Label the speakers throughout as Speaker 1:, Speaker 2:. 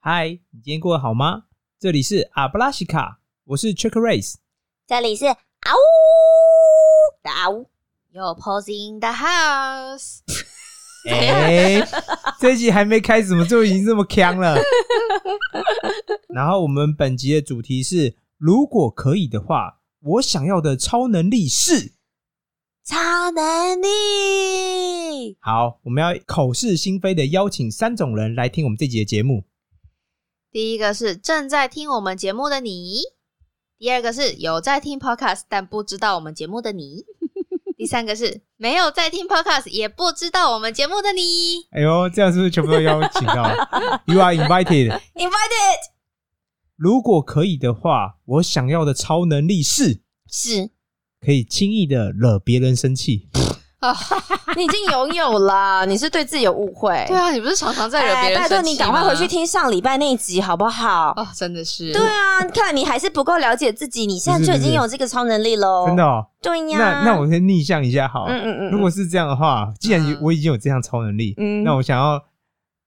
Speaker 1: 嗨，你今天过得好吗？这里是阿布拉西卡，我是 Chick Race。
Speaker 2: 这里是嗷呜的嗷呜，有 posing the house。
Speaker 1: 哎、这一集还没开始，怎么就已经这么呛了？然后我们本集的主题是：如果可以的话，我想要的超能力是……
Speaker 2: 超能力，
Speaker 1: 好，我们要口是心非的邀请三种人来听我们这集的节目。
Speaker 3: 第一个是正在听我们节目的你，第二个是有在听 podcast 但不知道我们节目 的你，第三个是没有在听 podcast 也不知道我们节目的你。
Speaker 1: 哎呦，这样是不是全部都邀请到？You are invited。
Speaker 2: invited
Speaker 1: 如果可以的话，我想要的超能力是
Speaker 2: 是
Speaker 1: 可以轻易的惹别人生气。
Speaker 4: 你已经拥有 啦，你是对自己有误会。
Speaker 3: 对啊，你不是常常在惹别人
Speaker 4: 哎拜
Speaker 3: 生气吗、
Speaker 4: 托你赶快回去听上礼拜那一集好不好？
Speaker 3: 哦，真的是。
Speaker 4: 对啊，看你还是不够了解自己，你现在就已经有这个超能力喽。
Speaker 1: 真的、哦？
Speaker 4: 对呀。
Speaker 1: 那那我先逆向一下好。
Speaker 4: 嗯嗯嗯，
Speaker 1: 如果是这样的话，既然
Speaker 3: 嗯
Speaker 1: 我已经有这项超能力，
Speaker 4: 嗯
Speaker 1: 那我想要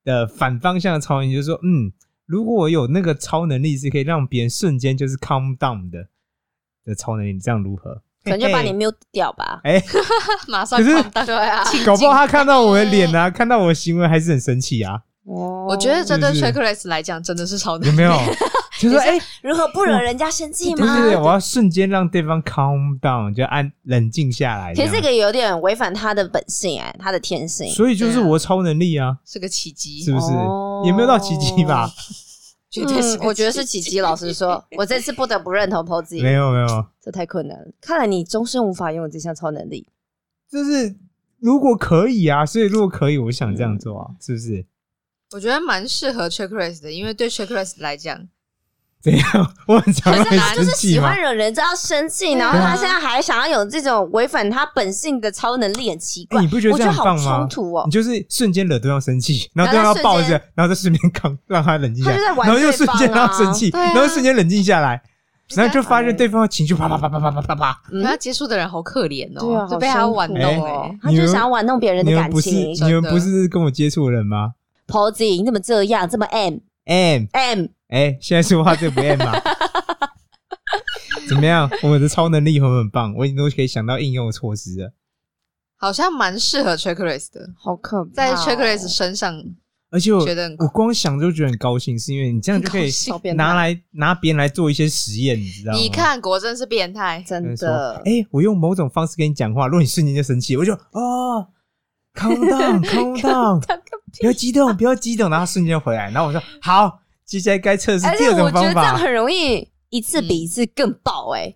Speaker 1: 的反方向的超能力就是说，嗯，如果我有那个超能力是可以让别人瞬间就是 calm down 的的超能力，这样如何？
Speaker 4: 可能就把你
Speaker 1: 嘿嘿
Speaker 4: mute 掉吧。
Speaker 1: 哎、
Speaker 3: 马上
Speaker 1: 可是
Speaker 3: 看到。对啊，
Speaker 1: 搞不好他看到我的脸啊，看到我的行为还是很生气啊，
Speaker 3: 我觉得这对
Speaker 1: 是不是
Speaker 3: Trick Race 来讲真的是超难。
Speaker 1: 有 没有？就说哎，
Speaker 4: 如何不惹人家生气
Speaker 1: 对
Speaker 4: 吗？
Speaker 1: 对对，我要瞬间让对方 calm down，就安冷静下来。
Speaker 4: 可是这
Speaker 1: 样
Speaker 4: 个有点违反他的本性哎，他的天性。
Speaker 1: 所以哎就是
Speaker 3: 对啊
Speaker 1: 我的超能力啊，
Speaker 3: 是个奇迹
Speaker 1: 是，不是？
Speaker 4: 哦
Speaker 1: 也没有到奇迹吧？
Speaker 3: 绝对是
Speaker 4: 嗯
Speaker 3: 个
Speaker 4: 我觉得是
Speaker 3: 奇迹
Speaker 4: 奇迹。老 实说，我这次不得不认同
Speaker 1: 没
Speaker 4: Posy，
Speaker 1: 有没有，
Speaker 4: 这太困难了。看来你终身无法拥有这项超 能力。
Speaker 1: 就是如果可以啊，所以如果可以，我想这样做啊，是不是？
Speaker 3: 我觉得蛮适合 Trick Race 的，因为对 Trick Race 来讲，
Speaker 1: 怎样？我很常会
Speaker 4: 他就
Speaker 1: 生
Speaker 4: 是
Speaker 1: 气
Speaker 4: 喜
Speaker 1: 吗啊
Speaker 4: 欢？惹人家生气，然后他现在还想要有这种违反他本性的超能力，很奇怪。
Speaker 1: 哎你不觉得
Speaker 4: 我
Speaker 1: 这
Speaker 4: 觉
Speaker 1: 样
Speaker 4: 得
Speaker 1: 很
Speaker 4: 好
Speaker 1: 棒吗
Speaker 4: 冲突哦
Speaker 1: 你。就是瞬间惹对方生气，然后对方
Speaker 4: 然后
Speaker 1: 要
Speaker 4: 他
Speaker 1: 抱
Speaker 4: 瞬间
Speaker 1: 着，然后再顺便扛让他冷静下来，
Speaker 4: 他就在玩
Speaker 1: 然后又
Speaker 4: 对
Speaker 1: 瞬
Speaker 4: 方
Speaker 1: 间让他
Speaker 4: 啊
Speaker 1: 生气，
Speaker 3: 对啊
Speaker 1: 然后瞬间冷静下来，然后就发现
Speaker 4: 哎
Speaker 1: 对方的情绪啪啪啪啪啪啪啪啪。
Speaker 3: 跟他接触的人好可怜
Speaker 4: 嗯对啊
Speaker 3: 哦，，就被他玩弄
Speaker 1: 哎
Speaker 3: 哎。
Speaker 4: 哦他就是想要玩弄别人
Speaker 1: 你
Speaker 4: 的
Speaker 1: 们
Speaker 4: 感
Speaker 1: 不是
Speaker 4: 情。
Speaker 1: 你们
Speaker 3: 真的
Speaker 1: 不是跟我接触的人吗
Speaker 4: Posy，你怎么这样？这么 M，M M
Speaker 1: ？M
Speaker 4: M？
Speaker 1: 哎，现在说话最不 M 嘛？啊怎么样？我的超能力很很棒，我已经都可以想到应用的措施了。
Speaker 3: 好像蛮适合 Trick Race 的，
Speaker 4: 好可怕！哦
Speaker 3: 在 Trick Race 身上
Speaker 1: 而且我
Speaker 3: 觉得很
Speaker 1: 我光想就觉得很高兴，是因为你这样就可 以
Speaker 4: 超变态
Speaker 1: 拿来拿别人来做一些实验，你知道吗？
Speaker 3: 你看，果真是变态。
Speaker 4: 真
Speaker 1: 就是说，
Speaker 4: 的
Speaker 1: 哎、我用某种方式跟你讲话，如果你瞬间就生气，我就哦，calm down，calm down，不要激动，不要激动，然后瞬间回来，然后我说好，接下来该测试
Speaker 4: 而
Speaker 1: 第
Speaker 4: 且
Speaker 1: 二
Speaker 4: 我
Speaker 1: 种
Speaker 4: 觉得
Speaker 1: 方
Speaker 4: 这样
Speaker 1: 法。
Speaker 4: 很容易一次比一次更爆哎、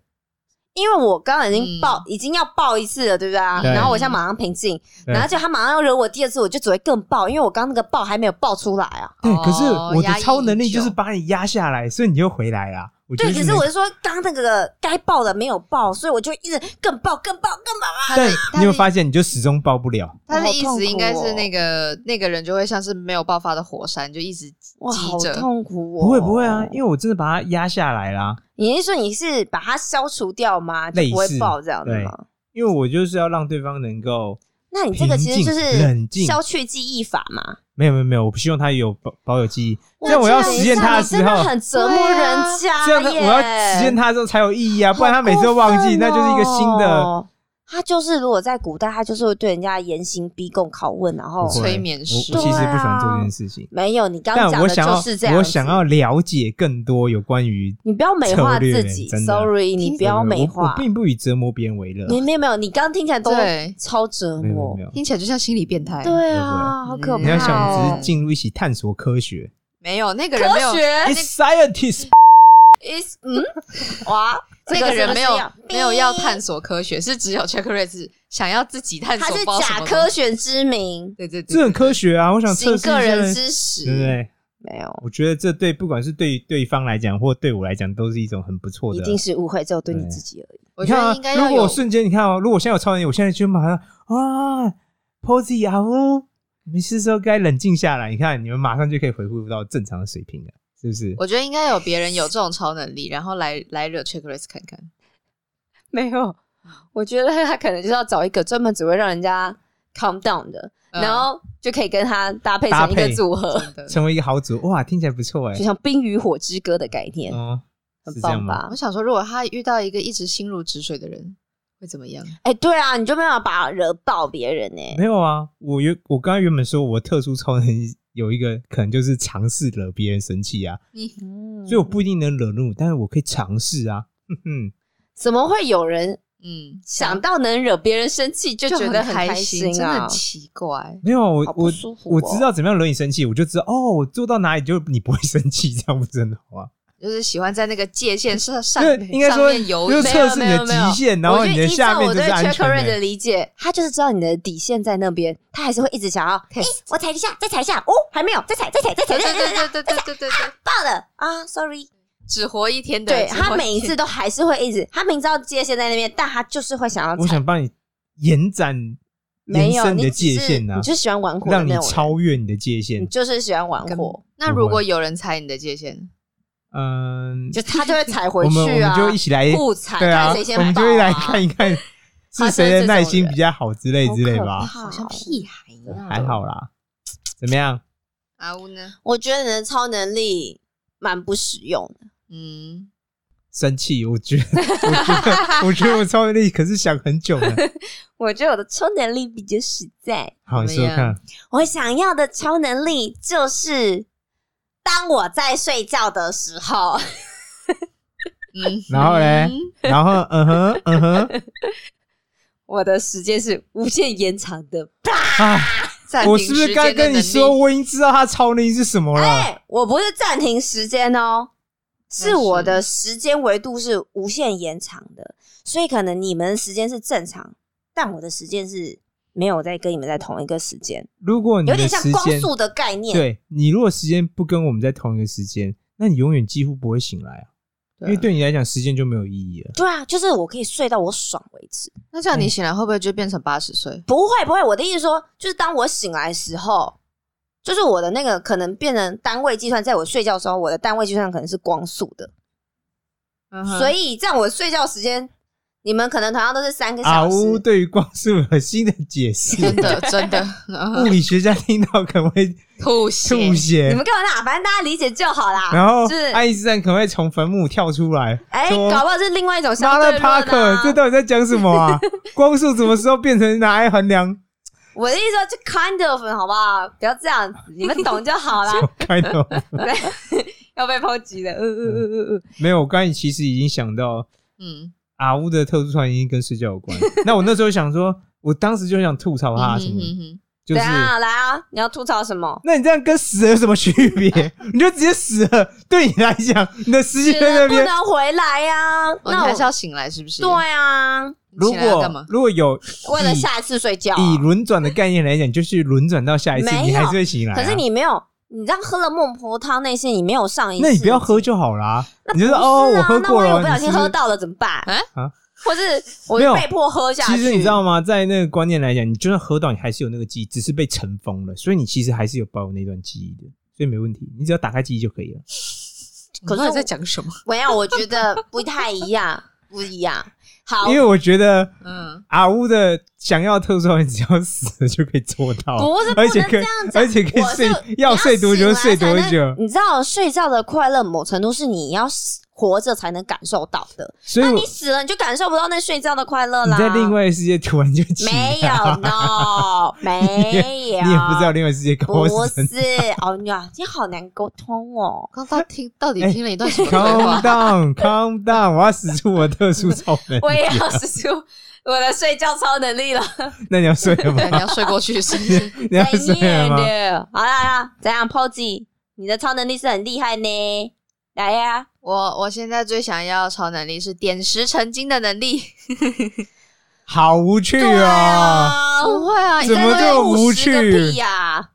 Speaker 4: 因为我刚刚已经爆，已经要爆一次了，对不对啊？
Speaker 1: 对
Speaker 4: 然后我现在马上平静，
Speaker 1: 对
Speaker 4: 然后就他马上要惹我第二次，我就只会更爆，因为我刚刚那个爆还没有爆出来啊。
Speaker 1: 对，
Speaker 3: 哦
Speaker 1: 可是我的
Speaker 3: 压抑
Speaker 1: 超能力就是
Speaker 3: 已久
Speaker 1: 把你压下来，所以你就回来啦。我觉
Speaker 4: 对，
Speaker 1: 得
Speaker 4: 可是我是说，刚刚那个该爆的没有爆，所以我就一直更爆、更爆、更爆。
Speaker 3: 他
Speaker 1: 但
Speaker 3: 的
Speaker 1: 你
Speaker 3: 他
Speaker 1: 有没有
Speaker 3: 的
Speaker 1: 发现，你就始终爆不了。
Speaker 3: 他的
Speaker 4: 好
Speaker 3: 意
Speaker 4: 痛苦
Speaker 3: 思应该是
Speaker 4: 哦
Speaker 3: 那个那个人就会像是没有爆发的火山，就一直
Speaker 4: 哇，
Speaker 3: 积
Speaker 4: 好
Speaker 3: 着。
Speaker 4: 痛苦哦！
Speaker 1: 不会不会啊，因为我真的把它压下来啦。
Speaker 4: 你是说你是把它消除掉吗？就不
Speaker 1: 类似
Speaker 4: 会爆这样子吗？
Speaker 1: 因为我就是要让对方能够
Speaker 4: 那你这个其实就
Speaker 1: 平静冷静
Speaker 4: 是消去记忆法嘛？
Speaker 1: 没有没有没有，我不希望他有保保有记忆。
Speaker 4: 哇
Speaker 1: 这样我要
Speaker 4: 这样
Speaker 1: 实验他的时
Speaker 4: 你真
Speaker 1: 候，
Speaker 4: 很折磨人家耶、
Speaker 1: 这样呢，我要实验他的时候才有意义啊，
Speaker 4: 好过
Speaker 1: 不然
Speaker 4: 分哦，
Speaker 1: 他每次都忘记，那就是一个新的。
Speaker 4: 哦他就是如果在古代，他就是会对人家严刑逼供、拷问，然后
Speaker 1: 不会
Speaker 3: 催眠
Speaker 1: 我
Speaker 3: 师
Speaker 1: 我其实
Speaker 4: 对啊
Speaker 1: 不喜欢做这件事情，
Speaker 4: 没有你刚
Speaker 1: 但
Speaker 4: 啊刚讲
Speaker 1: 我
Speaker 4: 的
Speaker 1: 想
Speaker 4: 就
Speaker 1: 要
Speaker 4: 是这样，
Speaker 1: 我想要。了解更多有关于
Speaker 4: 你不要美化自己
Speaker 1: 策略真的
Speaker 4: ，sorry，你不要美
Speaker 1: 我我
Speaker 4: 化。
Speaker 1: 并不以折磨别人为乐。
Speaker 4: 你没有没有，你刚刚听起来都
Speaker 3: 对
Speaker 4: 超折
Speaker 1: 没有没有
Speaker 4: 磨
Speaker 1: 没。有，
Speaker 3: 听起来就像心理变态。
Speaker 4: 哦对啊，好
Speaker 3: 对不
Speaker 4: 可怕、哦！
Speaker 3: 对
Speaker 1: 你要想，我们只是
Speaker 3: 进
Speaker 1: 进入一起探索科学。
Speaker 3: 没有那个人没有
Speaker 4: 科学
Speaker 1: It's scientist，
Speaker 4: is 嗯，哇，
Speaker 3: 那个人没有没有要探
Speaker 4: 索，
Speaker 3: 索科学，是只有 Check Race 想要自己探
Speaker 4: 他
Speaker 3: 索。
Speaker 4: 是
Speaker 3: 不知道什
Speaker 4: 假
Speaker 3: 么
Speaker 4: 科
Speaker 3: 东西。
Speaker 4: 学之名，
Speaker 3: 对对对，
Speaker 1: 这很科学啊！我想测
Speaker 4: 行
Speaker 1: 试一下
Speaker 4: 个人之实，
Speaker 1: 对不对？
Speaker 4: 没有。
Speaker 1: 我觉得这对不管是对对方来讲，或对我来讲，都是一种很不错的。
Speaker 4: 一定是误会，只有对你
Speaker 1: 对
Speaker 4: 自己而已。
Speaker 3: 我
Speaker 1: 你
Speaker 3: 觉
Speaker 1: 看
Speaker 3: 得
Speaker 1: 啊
Speaker 3: 应该，
Speaker 1: 如
Speaker 3: 要
Speaker 1: 果我
Speaker 3: 有。
Speaker 1: 瞬间你看哦，如果我现在有超能力，我现在就马上啊，Posy 啊呜，你们是时候该冷静下来。你看，你们马上就可以恢复到正常的水平了，是不是？
Speaker 3: 我觉得应该有别人有这种超能力，然后来来惹 Check Race 看 看。
Speaker 4: 没有，我觉得他可能就是要找一个专门只会让人家 calm down 的。
Speaker 3: 嗯
Speaker 4: 然后就可以跟它搭配成一
Speaker 1: 搭
Speaker 4: 个
Speaker 1: 配
Speaker 4: 组合，
Speaker 3: 真的
Speaker 1: 成为一个豪族，哇，听起来不错哎
Speaker 4: 就。像《冰与火之歌》的概念，
Speaker 1: 哦，是
Speaker 4: 很
Speaker 1: 这样
Speaker 4: 棒
Speaker 1: 吗？
Speaker 4: 吧
Speaker 3: 我？想说，如果他遇到一个一直心如止水的人，会怎么样？
Speaker 4: 哎、对啊，你就没有把惹爆别人欸呢、
Speaker 1: 没有啊，我原我刚刚原本说我特殊超能力有一个可能就是尝试惹别人生气啊，
Speaker 4: 嗯
Speaker 1: 所以我不一定能惹怒，但是我可以尝试啊。哼哼，
Speaker 4: 怎么会有人
Speaker 3: 嗯，
Speaker 4: 想到能惹别人生气就
Speaker 3: 就
Speaker 4: 觉得
Speaker 3: 很
Speaker 4: 开
Speaker 3: 心，真的
Speaker 4: 啊
Speaker 3: 很？奇怪。
Speaker 1: 没有啊我
Speaker 4: 好不
Speaker 1: 我
Speaker 4: 舒服
Speaker 1: 我
Speaker 4: 哦
Speaker 1: 知道怎么样惹你生气，我就知道哦，我做到哪里就你不会生气，这样不是很好啊？
Speaker 3: 就是喜欢在那个界限上上
Speaker 1: 对，应该说
Speaker 3: 上面游
Speaker 1: 就是
Speaker 3: 移。
Speaker 1: 测试你的极限，然后你的下面
Speaker 4: 我
Speaker 1: 就是
Speaker 4: 觉得依照我
Speaker 1: 安
Speaker 4: 对 c
Speaker 1: 全
Speaker 4: h 的
Speaker 1: 的。
Speaker 4: 理解，他就是知道你的底线在那边，他还是会一直想要。哎、我踩一下，再踩一下，哦，还没有，再踩，再踩，再踩，
Speaker 3: 对
Speaker 4: 再
Speaker 3: 对
Speaker 4: 踩，再踩，
Speaker 3: 对对对对对对，
Speaker 4: 爆了啊！Sorry，
Speaker 3: 只活一天的，
Speaker 4: 对
Speaker 3: 只活
Speaker 4: 他每一
Speaker 3: 天
Speaker 4: 次都还是会一直，他明知道界限在那边，但他就是会想要
Speaker 1: 我
Speaker 4: 踩。
Speaker 1: 想帮你延展、
Speaker 4: 没
Speaker 1: 延
Speaker 4: 有，
Speaker 1: 伸你
Speaker 4: 你
Speaker 1: 的
Speaker 4: 只
Speaker 1: 界
Speaker 4: 是
Speaker 1: 限啊
Speaker 4: 你，就喜欢玩火的
Speaker 1: 让
Speaker 4: 那
Speaker 1: 你
Speaker 4: 种人，
Speaker 1: 超越你的界
Speaker 4: 你
Speaker 1: 限。
Speaker 4: 嗯就是喜欢玩
Speaker 3: 跟
Speaker 4: 火，
Speaker 3: 那如果有人踩你的界限，
Speaker 1: 嗯，
Speaker 4: 就他就会踩回
Speaker 1: 我们
Speaker 4: 去啊，
Speaker 1: 我们就一起来
Speaker 4: 互踩，
Speaker 1: 对啊，
Speaker 4: 看谁先
Speaker 1: 我们
Speaker 4: 爆
Speaker 1: 就会来
Speaker 4: 啊
Speaker 1: 看一 看是
Speaker 4: 他
Speaker 1: 谁
Speaker 4: 就
Speaker 1: 的
Speaker 4: 是这
Speaker 1: 耐
Speaker 4: 种
Speaker 1: 心
Speaker 4: 人
Speaker 1: 比较好之类之类
Speaker 4: 好可
Speaker 1: 吧。
Speaker 4: 怕
Speaker 3: 好像屁孩一样。
Speaker 1: 还好 啦，怎么样？
Speaker 3: 阿乌呢？
Speaker 4: 我觉得你的超能力蛮不实用的，
Speaker 3: 嗯，
Speaker 1: 生气？我觉得， 我觉得，我觉得我超能力可是想很久 了。
Speaker 4: 我觉得我的超能力比较实在。
Speaker 1: 好，你
Speaker 3: 怎
Speaker 1: 说
Speaker 3: 么
Speaker 1: 说看
Speaker 3: 样，
Speaker 4: 我想要的超能力就是，当我在睡觉的时候，
Speaker 3: 嗯，
Speaker 1: 然后嘞然后嗯哼嗯哼
Speaker 4: 我的时间是无限延长的。
Speaker 1: 啊，
Speaker 3: 暂停
Speaker 1: 我是不是
Speaker 3: 时间
Speaker 1: 该
Speaker 3: 的
Speaker 1: 跟你
Speaker 3: 能
Speaker 1: 说，
Speaker 3: 力？
Speaker 1: 我已经知道他超能力是什么了？
Speaker 4: 哎、我不是暂停时间哦，
Speaker 3: 那
Speaker 4: 是
Speaker 3: 是
Speaker 4: 我的时间维度是无限延长的，所以可能你们的时间是正常，但我的时间是没有在跟你们在同一个时间，
Speaker 1: 如果嗯你
Speaker 4: 有
Speaker 1: 的
Speaker 4: 点像
Speaker 1: 时
Speaker 4: 光
Speaker 1: 间，
Speaker 4: 速的概念。
Speaker 1: 对你如果时间不跟我们在同一个时间，那你永远几乎不会醒来啊，因为对你来讲时间就没有意义了。
Speaker 4: 对啊，就是我可以睡到我爽为止。
Speaker 3: 那这样你醒来会不会就变成八十岁？
Speaker 4: 不会不会，我的意思说，就是当我醒来的时候，就是我的那个可能变成单位计算，在我睡觉的时候，我的单位计算可能是光速的，所
Speaker 1: 嗯
Speaker 3: 以
Speaker 4: 以这样我睡觉时间，你们可能同样都是三个
Speaker 1: 阿
Speaker 4: 小
Speaker 1: 乌
Speaker 4: 时。
Speaker 1: 对于光速有新的解释，
Speaker 3: 真的真 的
Speaker 1: 物理学家听到可能 会
Speaker 3: 吐血，
Speaker 1: 吐血
Speaker 4: 你。们干嘛啦？反正大家理解就好啦。
Speaker 1: 然后
Speaker 4: 就是
Speaker 1: 爱因斯坦可能会从坟墓跳出来，
Speaker 4: 哎、
Speaker 1: 说
Speaker 4: 搞不好是另外一种
Speaker 1: 妈
Speaker 4: 相对
Speaker 1: 的
Speaker 4: 论
Speaker 1: 帕
Speaker 4: 啊
Speaker 1: 克，这到底在讲什么啊？光速什么时候变成拿来衡量？
Speaker 4: 我的意思说，就 kind of 好不好？不要这样子，你们懂就好啦。
Speaker 1: 开头
Speaker 4: 要被抨击的，呃呃呃呃呃。
Speaker 1: 没有，我刚才其实已经想到
Speaker 3: 嗯，
Speaker 1: 阿乌啊的特殊传音跟睡觉有关。 那我那时候想说，我当时就想吐槽他什么，
Speaker 3: 嗯
Speaker 1: 就是
Speaker 4: 等一下来啊，你要吐槽什么？
Speaker 1: 那你这样跟死了有什么区别？ 你就直接死了，对你来讲，你的时间
Speaker 4: 只
Speaker 1: 在那
Speaker 4: 能不
Speaker 1: 边。
Speaker 4: 能回来呀、啊？
Speaker 3: 哦你
Speaker 4: 那
Speaker 3: 还
Speaker 4: 我
Speaker 3: 是要醒来是不是？
Speaker 4: 对啊，
Speaker 3: 你
Speaker 1: 如
Speaker 3: 醒来要干
Speaker 1: 果
Speaker 3: 嘛？
Speaker 1: 如果有
Speaker 4: 为了
Speaker 1: 以
Speaker 4: 下一次睡觉啊、
Speaker 1: 以轮转的概念来讲，就是轮转到下一次，
Speaker 4: 没有
Speaker 1: 你还是会醒来啊。
Speaker 4: 可是你没有，你这样喝了孟婆汤那些，你没有上一次，
Speaker 1: 那你不要喝就好啦，你就是
Speaker 4: 不是啊。
Speaker 1: 哦，我喝过
Speaker 4: 那万一
Speaker 1: 了，
Speaker 4: 我不小
Speaker 1: 你
Speaker 4: 心
Speaker 1: 是
Speaker 4: 喝
Speaker 1: 是
Speaker 4: 到了怎么办？
Speaker 3: 啊
Speaker 1: 啊
Speaker 4: 或是我
Speaker 1: 没有
Speaker 4: 就被迫喝下去？
Speaker 1: 其实你知道吗？在那个观念来讲，你就算喝到，你还是有那个记忆，只是被尘封了，所以你其实还是有保有那段记忆的，所以没问题，你只要打开记忆就可以了。
Speaker 4: 可是
Speaker 3: 你到底
Speaker 4: 我
Speaker 3: 在讲什么？
Speaker 4: 没有，我觉得不太一样，不一样。好
Speaker 1: 因，为我觉得
Speaker 3: 嗯，
Speaker 1: 阿乌的想要特殊，你只要死了就可以做到，
Speaker 4: 不是不
Speaker 1: 而
Speaker 4: 能
Speaker 1: 且可
Speaker 4: 这
Speaker 1: 以
Speaker 4: 样，讲。
Speaker 1: 而且可以
Speaker 4: 我是
Speaker 1: 睡，
Speaker 4: 你
Speaker 1: 要睡多久就睡
Speaker 4: 醒来
Speaker 1: 多
Speaker 4: 才能
Speaker 1: 久。
Speaker 4: 你知道，睡觉的快乐某程度是你要死活着才能感受到的。
Speaker 1: 所以
Speaker 4: 那
Speaker 1: 我
Speaker 4: 你死了，你就感受不到那睡觉的快乐
Speaker 1: 你
Speaker 4: 啦。
Speaker 1: 在另外一个世界突然就起来
Speaker 4: 没有，no，没有，
Speaker 1: 你也不知道另外一个世界搞不好
Speaker 4: 不
Speaker 1: 是真的。
Speaker 4: 是哦呀，今天好难沟通哦。
Speaker 3: 刚刚听到底
Speaker 1: 哎
Speaker 3: 听了一段什么对
Speaker 1: Calm
Speaker 3: 话？
Speaker 1: down, calm down！我要使出我的特殊超 能力。
Speaker 4: 我也要使出我的睡觉超能力了。
Speaker 1: 那你要睡了
Speaker 3: 对，你
Speaker 1: 吗？
Speaker 3: 要睡过去是不是？
Speaker 1: 你要睡了吗？
Speaker 4: 的，好啦好啦，怎样 p o z y 你的超能力是很厉害呢。来呀、
Speaker 3: 我我现在最想要超能力是点石成金的能力。
Speaker 1: 好无趣哦！
Speaker 3: 不会啊，
Speaker 1: 怎么就无趣
Speaker 4: 这个屁呀、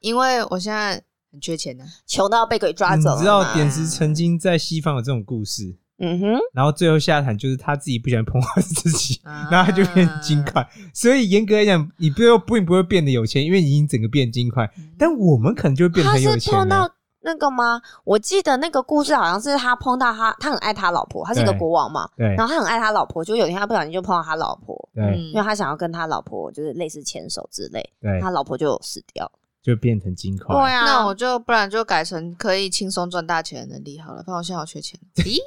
Speaker 3: 因为我现在很缺钱呢、
Speaker 4: 穷到被鬼抓
Speaker 1: 你
Speaker 4: 走了嘛。
Speaker 1: 知道点石曾经在西方有这种故事，
Speaker 4: 嗯哼，
Speaker 1: 然后最后下场就是他自己不小心碰到自 己，然后他就变
Speaker 4: 啊
Speaker 1: 金
Speaker 3: 啊
Speaker 1: 块。所以严格来讲，你不并不会变得有钱，因为你已经整个变金块。但我们可能就会变得
Speaker 4: 他
Speaker 1: 很有
Speaker 4: 嗯是
Speaker 1: 钱
Speaker 4: 碰到
Speaker 1: 了。
Speaker 4: 那个吗？我记得那个故事好像是他碰到他，他很爱他老婆，他是一个
Speaker 1: 对
Speaker 4: 国王嘛，
Speaker 1: 对
Speaker 4: 然后他嗯很爱他老婆，就有一天他不小心就碰到他老婆，
Speaker 1: 对
Speaker 3: 嗯
Speaker 4: 因为他想要跟他老婆就是类似牵手之类，
Speaker 1: 对，
Speaker 4: 他老婆就死掉。
Speaker 1: 就变成金块。
Speaker 4: 对啊，
Speaker 3: 那我就不然就改成可以轻松赚大钱的能力好了，不然我现在好缺钱。咦，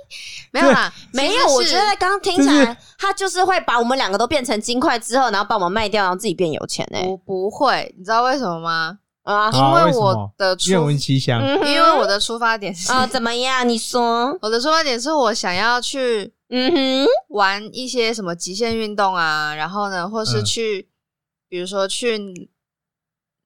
Speaker 3: 没有啦，
Speaker 4: 没
Speaker 3: 其实
Speaker 4: 有，我
Speaker 3: 是
Speaker 4: 觉得刚刚听起
Speaker 1: 就是
Speaker 4: 来，他就是会把我们两个都变成金块之后，然后把我们卖掉，然后自己变有钱哎、
Speaker 3: 我不会，你知道为什么吗？
Speaker 4: 啊
Speaker 1: 啊
Speaker 3: 因
Speaker 1: 为什
Speaker 3: 我
Speaker 1: 么
Speaker 3: 的
Speaker 1: 愿
Speaker 3: 出
Speaker 1: 闻其详。
Speaker 4: 嗯哼
Speaker 3: 因 为我的出发点是
Speaker 4: 啊、怎么样？你说，
Speaker 3: 我的出发点是我想要去
Speaker 4: 嗯哼，
Speaker 3: 玩一些什么极限运动啊，然后呢，或是
Speaker 1: 嗯
Speaker 3: 去，比如说去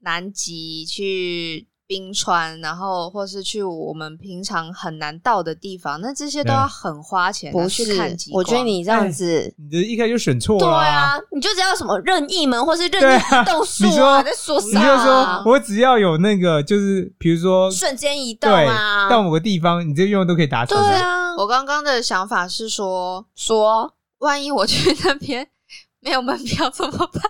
Speaker 3: 南极、去冰川，然后或是去我们平常很难到的地方，那这些都
Speaker 1: 对
Speaker 3: 要很花钱、啊，
Speaker 4: 不
Speaker 3: 去看极
Speaker 4: 是，
Speaker 3: 光。
Speaker 4: 我觉得你这
Speaker 1: 哎
Speaker 4: 样子，
Speaker 1: 你的一开始就选错
Speaker 4: 对
Speaker 1: 了、
Speaker 4: 啊，你就只要什么任意门或是任
Speaker 1: 对
Speaker 4: 意
Speaker 1: 啊
Speaker 4: 移动术
Speaker 1: 你
Speaker 4: 啊，
Speaker 1: 说
Speaker 4: 在说
Speaker 1: 你
Speaker 4: 啥、
Speaker 1: 就
Speaker 4: 啊？
Speaker 1: 说我只要有那个，就是比如说
Speaker 4: 瞬间移动
Speaker 1: 对
Speaker 4: 啊，
Speaker 1: 到某个地方，你这愿望都可以达成。
Speaker 4: 对啊，
Speaker 3: 我刚刚的想法是说，
Speaker 4: 说
Speaker 3: 万一我去那边没有门票怎么办？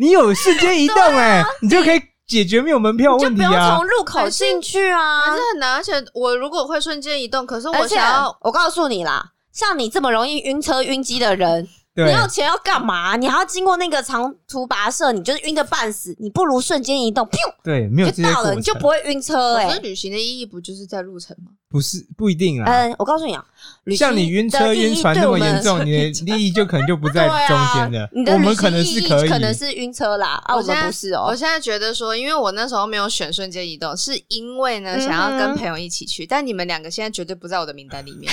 Speaker 1: 你有瞬间移 动哎、你就可以解决没有门票
Speaker 4: 啊你就
Speaker 1: 问
Speaker 4: 不
Speaker 1: 题
Speaker 4: 用
Speaker 1: 啊
Speaker 4: 从。入口进去啊
Speaker 3: 还是，很难，而且我如果会瞬间移动，可是我
Speaker 4: 而且
Speaker 3: 想要。
Speaker 4: 哦我告诉你啦。像你这么容易晕车晕机的人，你
Speaker 1: 对，
Speaker 4: 要钱要干嘛？你还要经过那个长途跋涉，你就是晕的半死。你不如瞬间移动，噗
Speaker 1: 对，没有这
Speaker 4: 就
Speaker 1: 些
Speaker 4: 到
Speaker 1: 过
Speaker 4: 了，
Speaker 1: 程，
Speaker 4: 你就不会晕车哎、
Speaker 3: 可是旅行的意义不就是在路程吗？
Speaker 1: 不是不一定啊。
Speaker 4: 嗯，我告诉你啊，旅行
Speaker 1: 像你晕车
Speaker 4: 的意义
Speaker 1: 晕船那
Speaker 4: 对我
Speaker 1: 么严
Speaker 4: 们
Speaker 1: 重，你的利益就可能就不在中间了。
Speaker 4: 对啊、你的
Speaker 1: 我
Speaker 4: 旅
Speaker 1: 们
Speaker 4: 行
Speaker 1: 可能
Speaker 4: 意
Speaker 1: 是
Speaker 4: 义
Speaker 1: 可以，
Speaker 4: 能是晕车啦，啊，我
Speaker 3: 现
Speaker 4: 们
Speaker 3: 在
Speaker 4: 不是哦、
Speaker 3: 我现在觉得说，因为我那时候没有选瞬间移动，是因为呢
Speaker 4: 嗯哼
Speaker 3: 想要跟朋友一起去，但你们两个现在绝对不在我的名单里 面。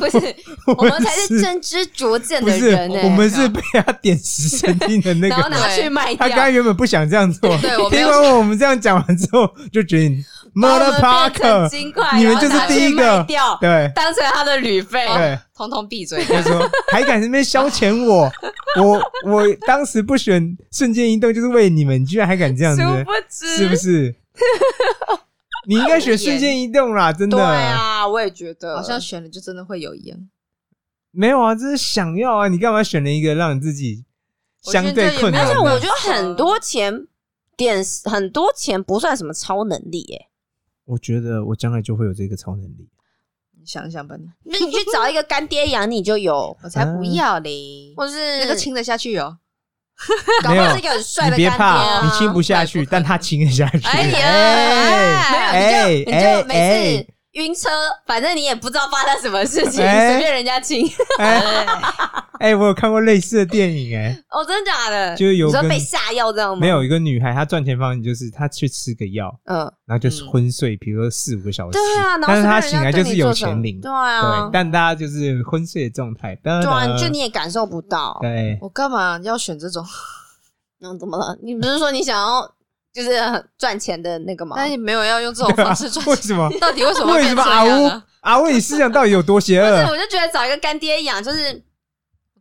Speaker 4: 不 是，我们才是真知灼见
Speaker 1: 不
Speaker 4: 的
Speaker 1: 是
Speaker 4: 人呢、欸
Speaker 1: 我们是被他点石成金的那
Speaker 4: 然后
Speaker 1: 个。
Speaker 4: 拿去卖
Speaker 1: 他
Speaker 4: 掉，
Speaker 1: 刚刚原本不想这样做，
Speaker 3: 对我没
Speaker 1: 听
Speaker 3: 有
Speaker 1: 完我们这样讲完之后，就决定 Mother
Speaker 4: 把我们变成
Speaker 1: Parker，
Speaker 4: 金块，
Speaker 1: 你们
Speaker 4: 然后
Speaker 1: 就是
Speaker 4: 拿
Speaker 1: 第
Speaker 4: 去
Speaker 1: 一个
Speaker 4: 卖掉，
Speaker 1: 对
Speaker 4: 当成他的旅费。
Speaker 1: 对，
Speaker 3: 通通 闭嘴！
Speaker 1: 他说还敢在那边消遣我，我我当时不选瞬间移动就是为你们，你居然还敢这样子，
Speaker 4: 殊不知
Speaker 1: 是不是？你应该选瞬间移动啦，真的。
Speaker 4: 对啊，我也觉得
Speaker 3: 好像选了就真的会有一样，
Speaker 1: 没有啊，这是想要啊，你干嘛选了一个让你自己相对困难
Speaker 4: 而
Speaker 1: 的？
Speaker 4: 且我觉得很多钱点很多钱不算什么超能力耶、
Speaker 1: 我觉得我将来就会有这个超能力。
Speaker 3: 你想一想吧你，
Speaker 4: 那嗯你去找一个干爹养你就有，
Speaker 3: 我才不要嘞！
Speaker 4: 或是
Speaker 3: 那个亲得下去哦，
Speaker 4: 搞不好是一个很帅
Speaker 1: 你
Speaker 4: 的干
Speaker 1: 别
Speaker 4: 爹、
Speaker 1: 怕，
Speaker 4: 啊，
Speaker 1: 你亲不下去，但他亲得下去。
Speaker 4: 哎呀
Speaker 1: 哎
Speaker 4: 没有，你就、你就每次晕车，反正你也不知道发生什么事情，随、
Speaker 1: 哎
Speaker 4: 便人 家亲。
Speaker 1: 哎哎，我有看过类似的电影，哎，
Speaker 4: 哦，真的假的？
Speaker 1: 就是有
Speaker 4: 你说
Speaker 1: 跟
Speaker 4: 被下药这样吗？
Speaker 1: 没，有一个女孩，她赚钱方法就是她去吃个药，
Speaker 4: 嗯，
Speaker 1: 然后就是昏睡，比如说四五个小时。
Speaker 4: 对啊，然后
Speaker 1: 但是她
Speaker 4: 随便人家
Speaker 1: 醒来就
Speaker 4: 对
Speaker 1: 是
Speaker 4: 你
Speaker 1: 有
Speaker 4: 做什么
Speaker 1: 钱领，
Speaker 4: 对
Speaker 1: 对，呃
Speaker 4: 啊，
Speaker 1: 但大家就是昏睡的状态。对
Speaker 4: 对啊，就你也感受不到。
Speaker 1: 对，
Speaker 3: 我干嘛要选这种？
Speaker 4: 嗯，怎么了？你不是说你想要就是很赚钱的那个吗？
Speaker 3: 但也没有要用这种方式赚
Speaker 1: 为
Speaker 3: 钱，
Speaker 1: 什么？
Speaker 3: 到底为什么
Speaker 1: 为
Speaker 3: 要
Speaker 1: 什
Speaker 3: 变
Speaker 1: 么
Speaker 3: 这
Speaker 1: 阿
Speaker 3: 样
Speaker 1: 乌
Speaker 3: 啊？
Speaker 1: 阿乌，你思想到底有多邪
Speaker 4: 对，
Speaker 1: 恶？
Speaker 4: 我就觉得找一个干爹养，就是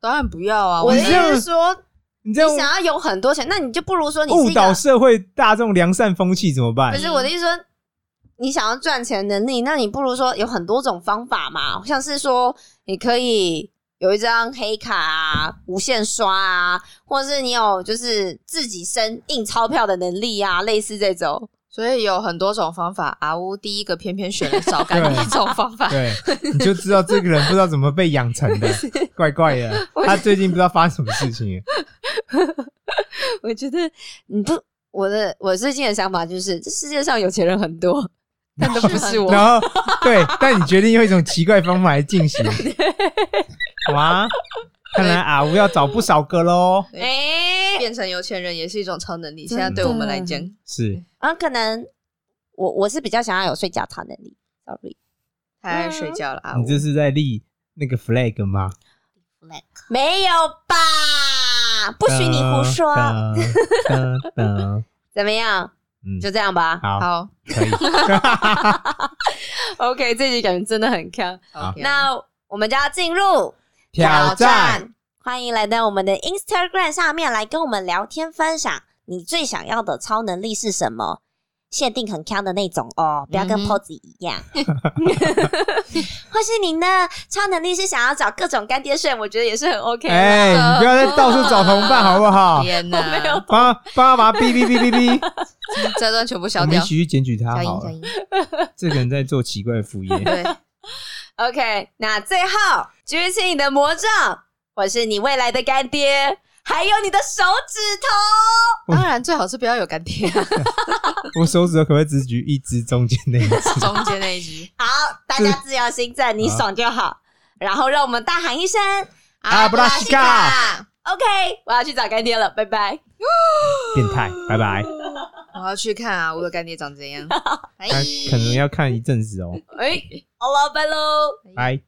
Speaker 3: 当然不要啊！
Speaker 4: 我
Speaker 3: 我
Speaker 4: 的
Speaker 1: 你
Speaker 4: 意
Speaker 1: 这样
Speaker 4: 思是说，
Speaker 1: 你这
Speaker 4: 你想
Speaker 1: 样
Speaker 4: 要有很多钱，那你就不如说你
Speaker 1: 误
Speaker 4: 是一
Speaker 1: 导
Speaker 4: 个，
Speaker 1: 社会大众良善风气怎么
Speaker 4: 不
Speaker 1: 办？
Speaker 4: 是我的意思说，你想要赚钱能力，那你不如说有很多种方法嘛，像是说你可以。有一张黑卡啊，无限刷啊，或者是你有就是自己生印钞票的能力啊，类似这种。
Speaker 3: 所以有很多种方法，阿乌第一个偏偏选了找干爹
Speaker 1: 对
Speaker 3: 这种方法，
Speaker 1: 对，你就知道这个人不知道怎么被养成的，怪怪的。他最近不知道发生什么事情，
Speaker 4: 我觉得你不，我的我最近的想法就是，这世界上有钱人很多，但都不 是我。
Speaker 1: 然后对，但你决定用一种奇怪方法来进行。哇，看来阿乌要找不少个喽。
Speaker 4: 哎、
Speaker 3: 变成有钱人也是一种超能力。
Speaker 4: 真的
Speaker 3: 现在对我们来
Speaker 1: 嗯
Speaker 3: 讲，
Speaker 1: 是
Speaker 4: 啊，可能我我是比较想要有睡觉塔能力，sorry，
Speaker 3: 太爱睡觉了啊！
Speaker 1: 你这是在立那个 flag 吗？
Speaker 4: 没有吧？不许你胡说，
Speaker 1: 噔。噔噔噔
Speaker 4: 怎么样？
Speaker 1: 呃嗯，
Speaker 4: 就这样吧。
Speaker 1: 好，
Speaker 3: 好，
Speaker 1: 可以。
Speaker 4: OK，这集感觉真的很强。
Speaker 1: 好
Speaker 3: 那
Speaker 4: 那我们就要进入
Speaker 1: 挑战。，
Speaker 4: 欢迎来到我们的 Instagram 上面来跟我们聊天分享，你最想要的超能力是什么？限定很强的那种哦，不要跟
Speaker 3: 嗯哼
Speaker 4: POS 一样。 或是您的超能力是想要找各种干爹睡，我觉得也是很 OK 的。
Speaker 1: 哎、你不要再到处找同伴好不 好？
Speaker 3: 天哪，没有，
Speaker 1: 帮帮他把他哔哔哔哔哔，
Speaker 3: 这段全部消
Speaker 1: 我们一
Speaker 3: 掉
Speaker 1: 起。去检举他
Speaker 3: 消音
Speaker 1: 好
Speaker 3: 消
Speaker 1: 了。
Speaker 3: 音，
Speaker 1: 这个人在做奇怪的副业，
Speaker 3: 对，
Speaker 4: OK，那最后举起你的魔杖，我是你未来的干爹，还有你的手指头。
Speaker 3: 当然最好是不要有干爹啊，
Speaker 1: 我手指头可不可以只举一只中间那一只？
Speaker 3: 中间那 一集。
Speaker 4: 好，大家自由心证，你
Speaker 1: 好
Speaker 4: 爽就好。然后让我们大喊一声
Speaker 1: 阿布拉西卡
Speaker 4: ，OK，我要去找干爹了，拜拜。
Speaker 1: 变态，拜拜。
Speaker 3: 我要去看啊，我的干 爹长怎样？哎
Speaker 1: 他可能要看一阵子哦，
Speaker 4: 哎，好了，拜喽。
Speaker 1: 拜。